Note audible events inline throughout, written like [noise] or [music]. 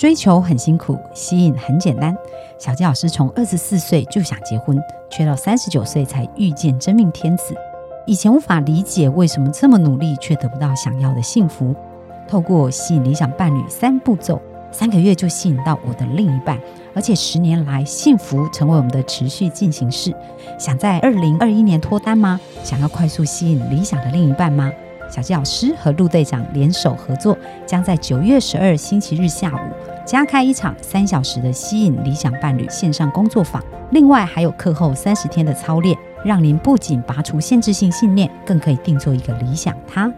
追求很辛苦，吸引很简单。小纪老师从二十四岁就想结婚，却到三十九岁才遇见真命天子。以前无法理解为什么这么努力却得不到想要的幸福。透过吸引理想伴侣三步骤，三个月就吸引到我的另一半，而且十年来幸福成为我们的持续进行式。想在二零二一年脱单吗？想要快速吸引理想的另一半吗？小纪老师和陆队长联手合作，将在九月十二星期日下午加开一场三小时的吸引理想伴侣线上工作坊，另外还有课后三十天的操练，让您不仅拔除限制性信念，更可以定做一个理想他。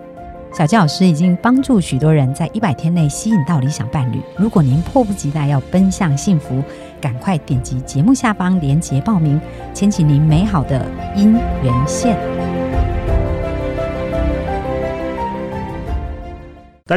小纪老师已经帮助许多人在一百天内吸引到理想伴侣。如果您迫不及待要奔向幸福，赶快点击节目下方链接报名，牵起您美好的姻缘线。大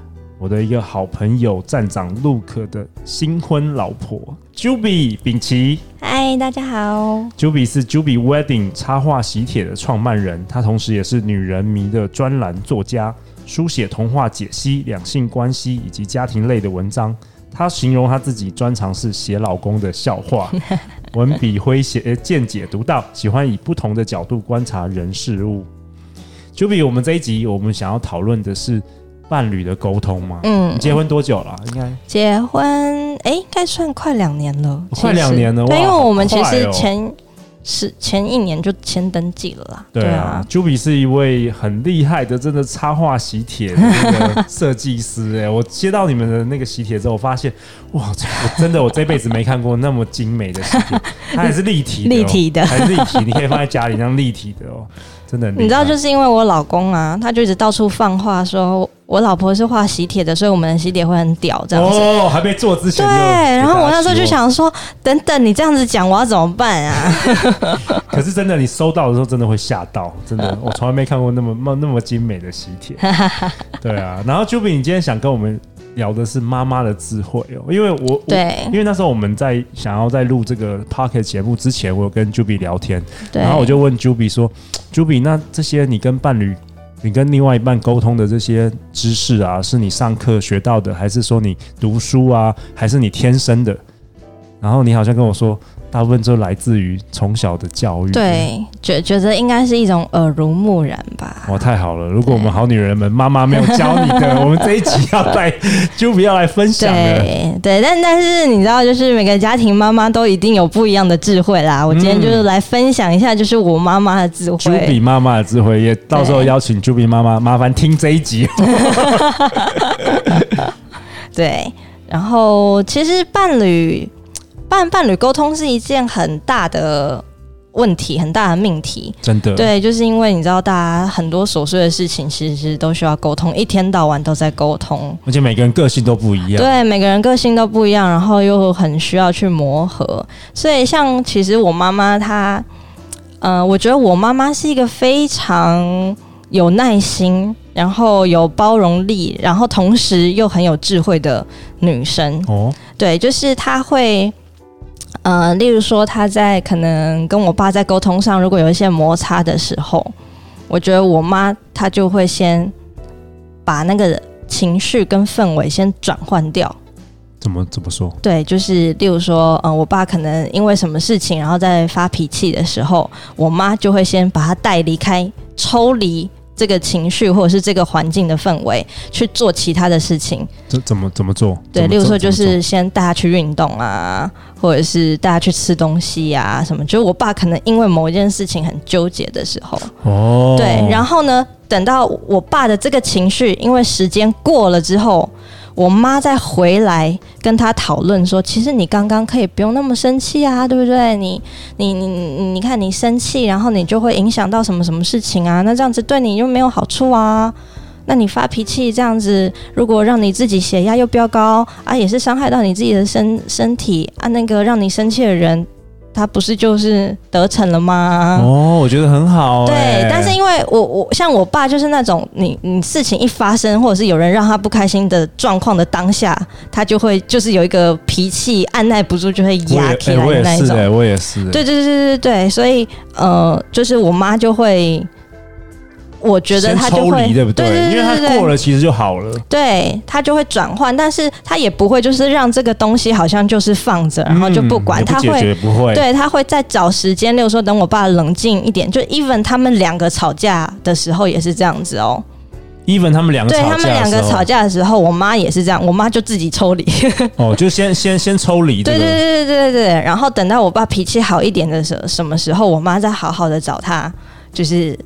我的一个好朋友站长陆可的新婚老婆 Juby 秉琦。嗨，大家好。 Juby 是 Juby Wedding 插画喜帖的创办人，他同时也是女人迷的专栏作家，书写童话解析、两性关系以及家庭类的文章。他形容他自己专长是写老公的笑话，文笔诙谐，见解独到，喜欢以不同的角度观察人事物。Juby，我们这一集我们想要讨论的是伴侣的沟通嘛？嗯你，结婚多久了？应该结婚哎，应该算快两年了，其实快两年了对，哇因为我们其好快实哦前是前一年就先登记了啦。对啊，，Juby 是一位很厉害的，真的插画喜 [laughs] 帖的那个设计师、哎，我接到你们的那个喜帖之后，我发现哇，这我真的我这辈子没看过那么精美的喜 [laughs] 帖，它还是立体的哦、立体的还是立体，你可以放在家里这样立体的哦，真的很厉害。你知道，就是因为我老公啊，他就一直到处放话说，我老婆是画喜帖的，所以我们的喜帖会很屌这样子。哦，还没做之前对，就给大家然后我那时候就希望，想说，等等，你这样子讲，我要怎么办啊？ [laughs] 可是真的，你收到的时候真的会吓到，真的，我从来没看过那么那那么精美的喜帖。对啊，然后 Juby，你今天想跟我们聊的是妈妈的智慧哦，因为我我对因为那时候我们在想要在录这个 p o c k e t 节目之前，我有跟 Juby 聊天，对，然后我就问 Juby 说：“Juby，那这些你跟伴侣、你跟另外一半沟通的这些知识啊，是你上课学到的，还是说你读书啊，还是你天生的？”然后你好像跟我说，大部分都来自于从小的教育。。对觉觉得应该是一种耳濡目染吧。哇，太好了！如果我们好女人们妈妈没有教你的， [laughs] 我们这一集要来 Juby 要来分享的。对对，但但是你知道，就是每个家庭妈妈都一定有不一样的智慧啦。我今天就是来分享一下，就是我妈妈的智嗯朱慧比。妈妈的智慧，也到时候邀请朱比妈妈，麻烦听这一集。对，然后其实伴侣伴伴侣沟通是一件很大的问题，很大的命题。真的，对，就是因为你知道，大家很多琐碎的事情其实都需要沟通，一天到晚都在沟通。而且每个人个性都不一样。对，每个人个性都不一样，然后又很需要去磨合。所以，像其实我妈妈她，呃，我觉得我妈妈是一个非常有耐心，然后有包容力，然后同时又很有智慧的女生。哦，对，就是她会。呃，例如说，她在可能跟我爸在沟通上，如果有一些摩擦的时候，我觉得我妈她就会先把那个情绪跟氛围先转换掉，怎么怎么说？对，就是例如说，嗯、我爸可能因为什么事情，然后在发脾气的时候，我妈就会先把他带离开，抽离这个情绪或者是这个环境的氛围，去做其他的事情。这怎么怎么做？怎对，么例如做说就怎么是先带他去运动啊，或者是带他去吃东西啊，什么。就是我爸可能因为某一件事情很纠结的时候，做哦，对，然后呢，等到我爸的这个情绪，因为时间过了之后，我妈再回来跟他讨论说，其实你刚刚可以不用那么生气啊，对不对？你你你你你看你生气，然后你就会影响到什么什么事情啊，那这样子对你就没有好处啊。那你发脾气这样子，如果让你自己血压又飙高啊，也是伤害到你自己的身身体啊。那个让你生气的人，他不是就是得逞了吗？哦，我觉得很好、欸。对，但是因为我我像我爸就是那种你你事情一发生，或者是有人让他不开心的状况的当下，他就会就是有一个脾气按耐不住就会我压也起哎来我的也啊那一是种。哎、我也是、欸。对对对对对对，所以呃，就是我妈就会，我觉得先她就抽会离，对不对对因为对对它过了其实就好了。对她就会转换，但是她也不会就是让这个东西好像就是放着，然后就不嗯管，也不她解会决不会。对，他会再找时间，例如说等我爸冷静一点，就 even 他们两个吵架的时候也是这样子哦。 ，even 他们两个对吵架他的们时候两个吵架的时候，我妈也是这样，我妈就自己 [laughs] 抽离。哦，就先 [laughs] 先先抽离这对对个。对对对对，然后等到我爸脾气好一点的时候，什么时候我妈再好好的找他，就是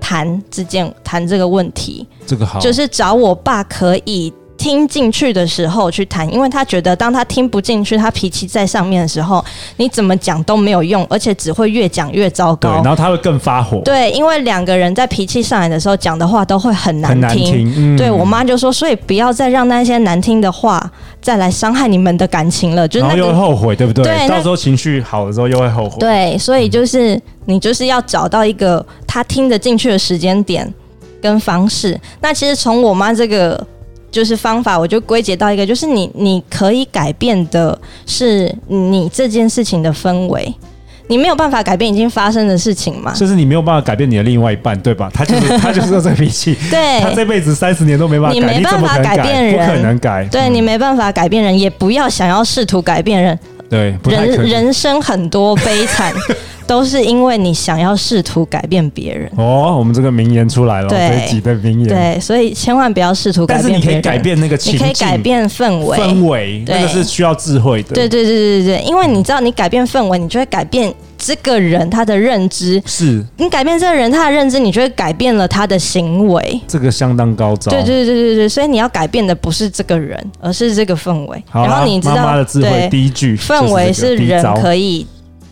谈这件谈这个问题。这个好，就是找我爸可以听进去的时候去谈，因为他觉得当他听不进去，他脾气在上面的时候，你怎么讲都没有用，而且只会越讲越糟对，糕然。后他会更发火，对，因为两个人在脾气上来的时候讲的话都会很难很听。难听。嗯对我妈就说，所以不要再让那些难听的话再来伤害你们的感情了，就是然那后个又会后悔，对不对？对那到时候情绪好的时候又会后悔。对，所以就是你就是要找到一个他听得进去的时间点跟方式。那其实从我妈这个就是方法，我就归结到一个，就是你你可以改变的是你这件事情的氛围，你没有办法改变已经发生的事情嘛。甚至你没有办法改变你的另外一半，对吧？他就是 [laughs] 他就是这个脾气，他对。这辈子三十年都没办法哎你改，没你怎么可能办法改变人不可能改，对你没办法改变人，也不要想要试图改变人。对，不太可人能。人生很多 [laughs] 悲惨，都是因为你想要试图改变别人。哦，我们这个名言出来了，对这一集的名言。对，所以千万不要试图改但是变你可别以人改变那个情你可以改境变氛围。氛围，对那个是需要智慧的。对对对对对，因为你知道，你改变氛围，你就会改变这个人他的认知。是你改变这个人他的认知，你就会改变了他的行为。这个相当高招。对对对对对，所以你要改变的不是这个人，而是这个氛围。好然啦后你知道，妈妈的智慧对第一句，氛围就是是这个第一人招可以，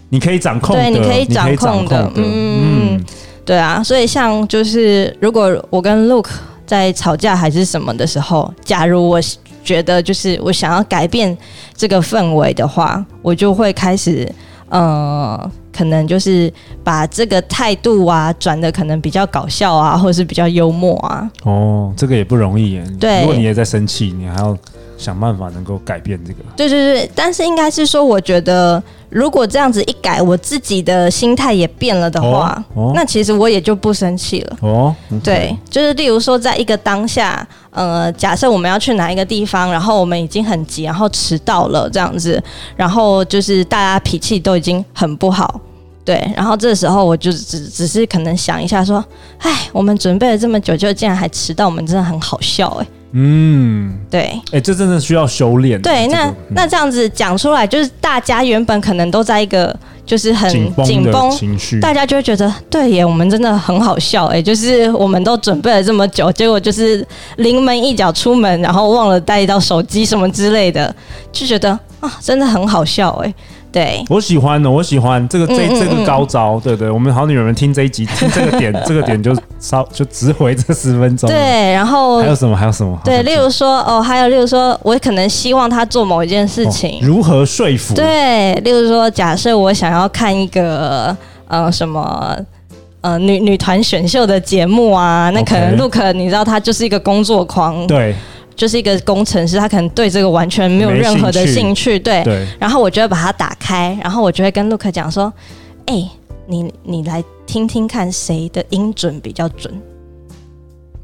你可以掌控的，对你可以掌掌控的控嗯嗯，对啊。所以像就是，如果我跟 Luke 在吵架还是什么的时候，假如我觉得就是我想要改变这个氛围的话，我就会开始，呃，可能就是把这个态度啊转的可能比较搞笑啊，或者是比较幽默啊。哦，这个也不容易耶。对如果你也在生气，你还要想办法能够改变这个。对对对，但是应该是说，我觉得如果这样子一改，我自己的心态也变了的话，哦哦那其实我也就不生气了。哦，嗯对，，就是例如说，在一个当下，呃，假设我们要去哪一个地方，然后我们已经很急，然后迟到了这样子，然后就是大家脾气都已经很不好，对，然后这时候我就只只是可能想一下说，哎，我们准备了这么久，就竟然还迟到，我们真的很好笑哎、嗯，对。哎，这真的需要修炼。对，嗯这个那那这样子讲出来，就是大家原本可能都在一个就是很紧紧绷的绷，情绪，大家就会觉得，对耶，我们真的很好笑哎、就是我们都准备了这么久，结果就是临门一脚出门，然后忘了带到手机什么之类的，就觉得啊，真的很好笑哎、对，我喜欢哦的，我喜欢这个这嗯嗯这个嗯高招，对对，我们好女人们听这 [laughs] 一集，听这个点，这个点就稍就值回这十分钟。，对，然后还有什么？还有什么？对，例如说哦，还有例如说，我可能希望他做某一件事哦情，如何说服？对，例如说，假设我想要看一个呃什么。呃，女女团选秀的节目啊，那可能 OK Look，你知道他就是一个工作狂，对就是一个工程师，他可能对这个完全没有任何的没兴趣兴趣，对。对，然后我就会把它打开，然后我就会跟 Look 讲说：“哎、你你来听听看谁的音准比较准。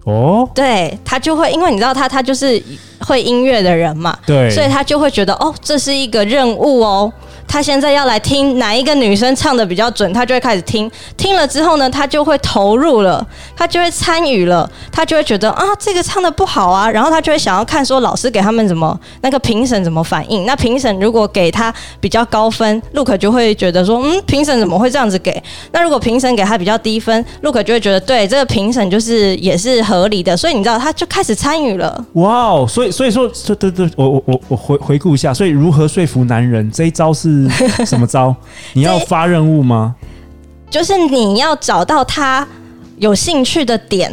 哦，对”他就会，因为你知道他他就是会音乐的人嘛，对，所以他就会觉得哦，这是一个任务哦。他现在要来听哪一个女生唱的比较准，他就会开始听。听了之后呢，他就会投入了，他就会参与了，他就会觉得啊，这个唱的不好啊，然后他就会想要看说老师给他们怎么那个评审怎么反应。那评审如果给他比较高分，Look 就会觉得说，嗯，评审怎么会这样子给？那如果评审给他比较低分，Look 就会觉得对这个评审就是也是合理的。所以你知道，他就开始参与了。哇哦，所以所以说，对对对，我我我我回回顾一下，所以如何说服男人这一招 [laughs] 是什么招？你要发任务吗？就是你要找到他有兴趣的点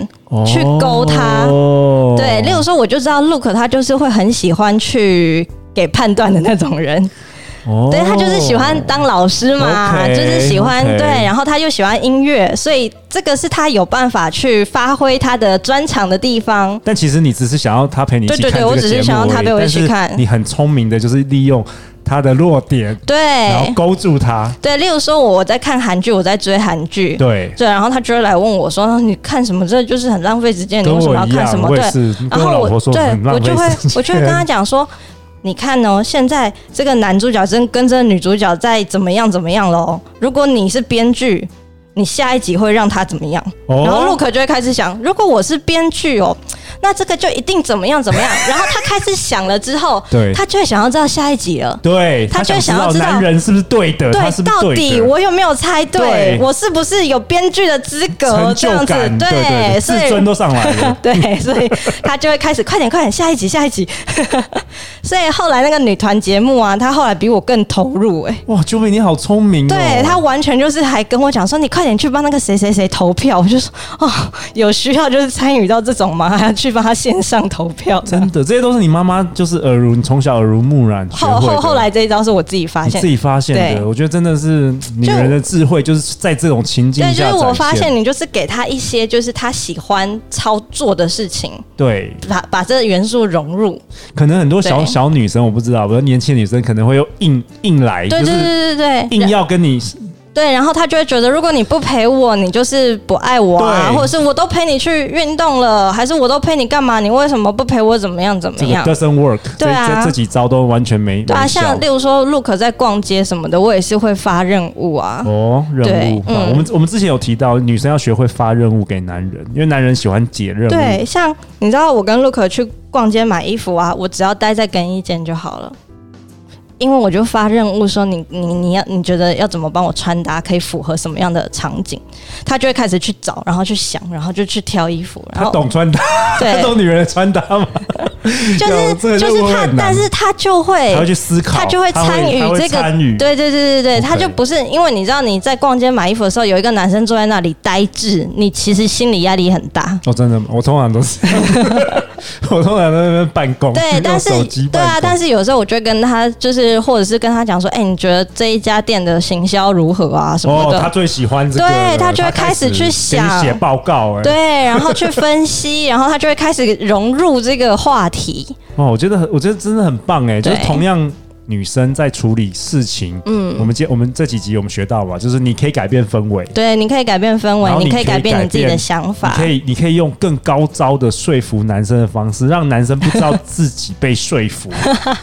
去勾他。哦对，例如说，我就知道 Look 他就是会很喜欢去给判断的那种人， [laughs] 哦对他就是喜欢当老师嘛 OK，就是喜欢 OK 对，然后他又喜欢音乐，所以这个是他有办法去发挥他的专长的地方。但其实你只是想要他陪你一起看对对对这个我只是节目想要他而已陪我一起但是看你很聪明的，就是利用他的弱点，然后对勾住他。对，例如说，我在看韩剧，我在追韩剧。对，对，然后他就会来问我说：“你看什么？这就是很浪费时哎间，你跟为什么我要一看样什，么？”我对也，是然跟我后老婆我说对很浪我费就会时间我就会跟他讲说，你看哦，现在这个男主角真跟着女主角在怎么样怎么样喽。如果你是编剧，你下一集会让他怎么样？哦然后陆可就会开始想，如果我是编剧哦，那这个就一定怎么样怎么样。然后他开始想了之后，对他就会想要知道下一集了。对，他就想想要知知道道男人是不是对的，他是不是到对底的我有没有猜对对？我是不是有编剧的资格？成就这样子感，，对对，所自以。尊都上来了 [laughs] 对，所以他就会开始快点快点，下一集下一集。 [laughs] 所以后来那个女团节目啊，她后来比我更投入哎、哇，九妹你好聪明哦！对她完全就是还跟我讲说，你快点去帮那个谁谁谁投票。我就说哦，有需要就是参与到这种吗？ [laughs] 还要去帮他线上投票？真的，这些都是你妈妈就是耳濡，你从小耳濡目染学 [laughs] 后会后的后来这一招是我自己发你现自，己发现对的，我觉得真的是女人的智慧，就是在这种情境对，就下是我发展现你就是给他一些就是他喜欢操作的事情，对，把把这个元素融入。可能很多小对小女生我不知道，比如年轻女生可能会用硬硬来，对就对是对对对，硬要跟你对，然后他就会觉得，如果你不陪我，你就是不爱我啊，对或者是我都陪你去运动了，还是我都陪你干嘛？你为什么不陪我？怎么样？怎么这个样？ doesn't work，对啊这这这几招都完全没对啊，没效像例如说，Look 在逛街什么的，我也是会发任务啊。哦，任务对啊、嗯我们我们之前有提到，女生要学会发任务给男人，因为男人喜欢解任务。对，像你知道，我跟 Look 去逛街买衣服啊，我只要待在更衣间就好了。因为我就发任务说你你你要你觉得要怎么帮我穿搭可以符合什么样的场景，他就会开始去找，然后去想，然后就去挑衣服，然他后懂穿搭，对他懂女人的穿搭吗？就是有这个就任务是他很，难但是他就会他会去思考，他就会参与他会这个参与。对对对对对， OK 他就不是因为你知道你在逛街买衣服的时候，有一个男生坐在那里呆滞，你其实心理压力很大。哦，真的吗？我通常 [laughs] 都是， [laughs] 我通常都在那边办公，对， [laughs] 用但是手机对办啊，公但是有时候我就会跟他，就是或者是跟他讲说，哎、你觉得这一家店的行销如何啊什么哦，的。他最喜欢这个了，对他就会开始去给你想写报告、哎，对，然后去分 [laughs] 析，然后他就会开始融入这个话题。哦，我觉得很我觉得真的很棒哎、就是对同样女生在处理事情，嗯，我们今我们这几集我们学到嘛，就是你可以改变氛围，对，你可以改变氛围然，后你你可以可以改变改你自己的变想你法。可以你可以用更高招的说服男生的方式，让男生不知道自己被说服，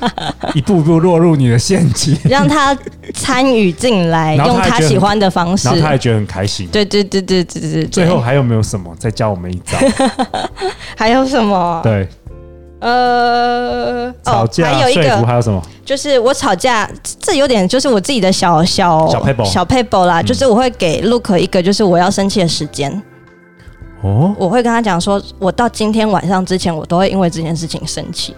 [laughs] 一步步落入你的陷阱，让他参与进 [laughs] 来，然后用他还他觉得喜很欢的方式然。后他还觉得很开心。对对对对对对对。最后还有没有什么？再教我们一 [laughs] 招。还有什么？对，呃，吵哦、架、还有一说服个还有什么？就是我吵架，这有点就是我自己的小小小嗯 pebble 小 paper 啦，就是我会给 Look 一个就是我要生气的时间，哦，我会跟他讲说，我到今天晚上之前，我都会因为这件事情生气。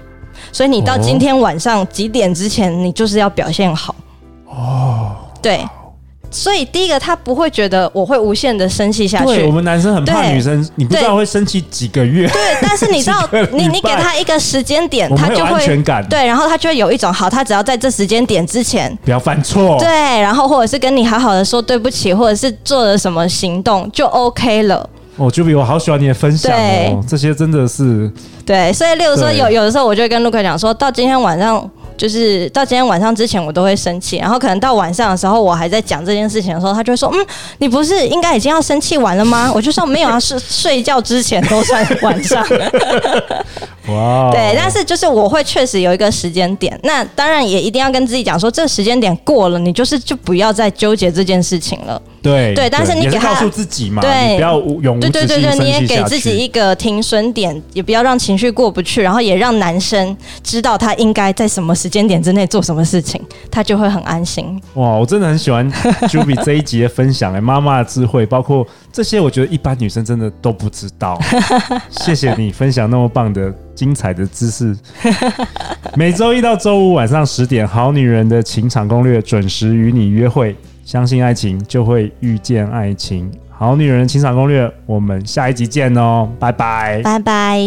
所以你到今天晚上几点之前，你就是要表现好。哦，对，所以第一个他不会觉得我会无限的生气下去对我，们男生很怕对女生，你不知道对会生气几个月，对，但是你知道几个礼，拜你你给他一个时间点 [laughs] 我，们他会有就安全感对，然后他就会有一种好，他只要在这时间点之前，不要犯错。对，然后或者是跟你好好的说对不起，或者是做了什么行动就 OK 了。哦，朱比，我好喜欢你的分享哦，这些真的是对，所以例如说对有有的时候，我就会跟陆克讲说，到今天晚上。就是到今天晚上之前，我都会生气，然后可能到晚上的时候，我还在讲这件事情的时候，他就会说：“嗯，你不是应该已经要生气完了吗？”我就说：“没有啊，是睡觉之前都算晚上。”哇哦，对，但是就是我会确实有一个时间点，那当然也一定要跟自己讲说，这时间点过了，你就是就不要再纠结这件事情了。对对但是你也给他告诉自己嘛，对你不要无永无对止对对境对，生你也气给下自己去。一个停损点，也不要让情绪过不去，然后也让男生知道他应该在什么时间点之内做什么事情，他就会很安心。哇，我真的很喜欢 Juby 这一集的分享，哎，妈妈的智慧，包括这些，我觉得一般女生真的都不知道。谢谢你分享那么棒的精彩的知识。每周一到周五晚上十点，《好女人的情场攻略》准时与你约会。相信爱情，就会遇见爱情。好女人情场攻略》，我们下一集见哦，拜拜。拜拜。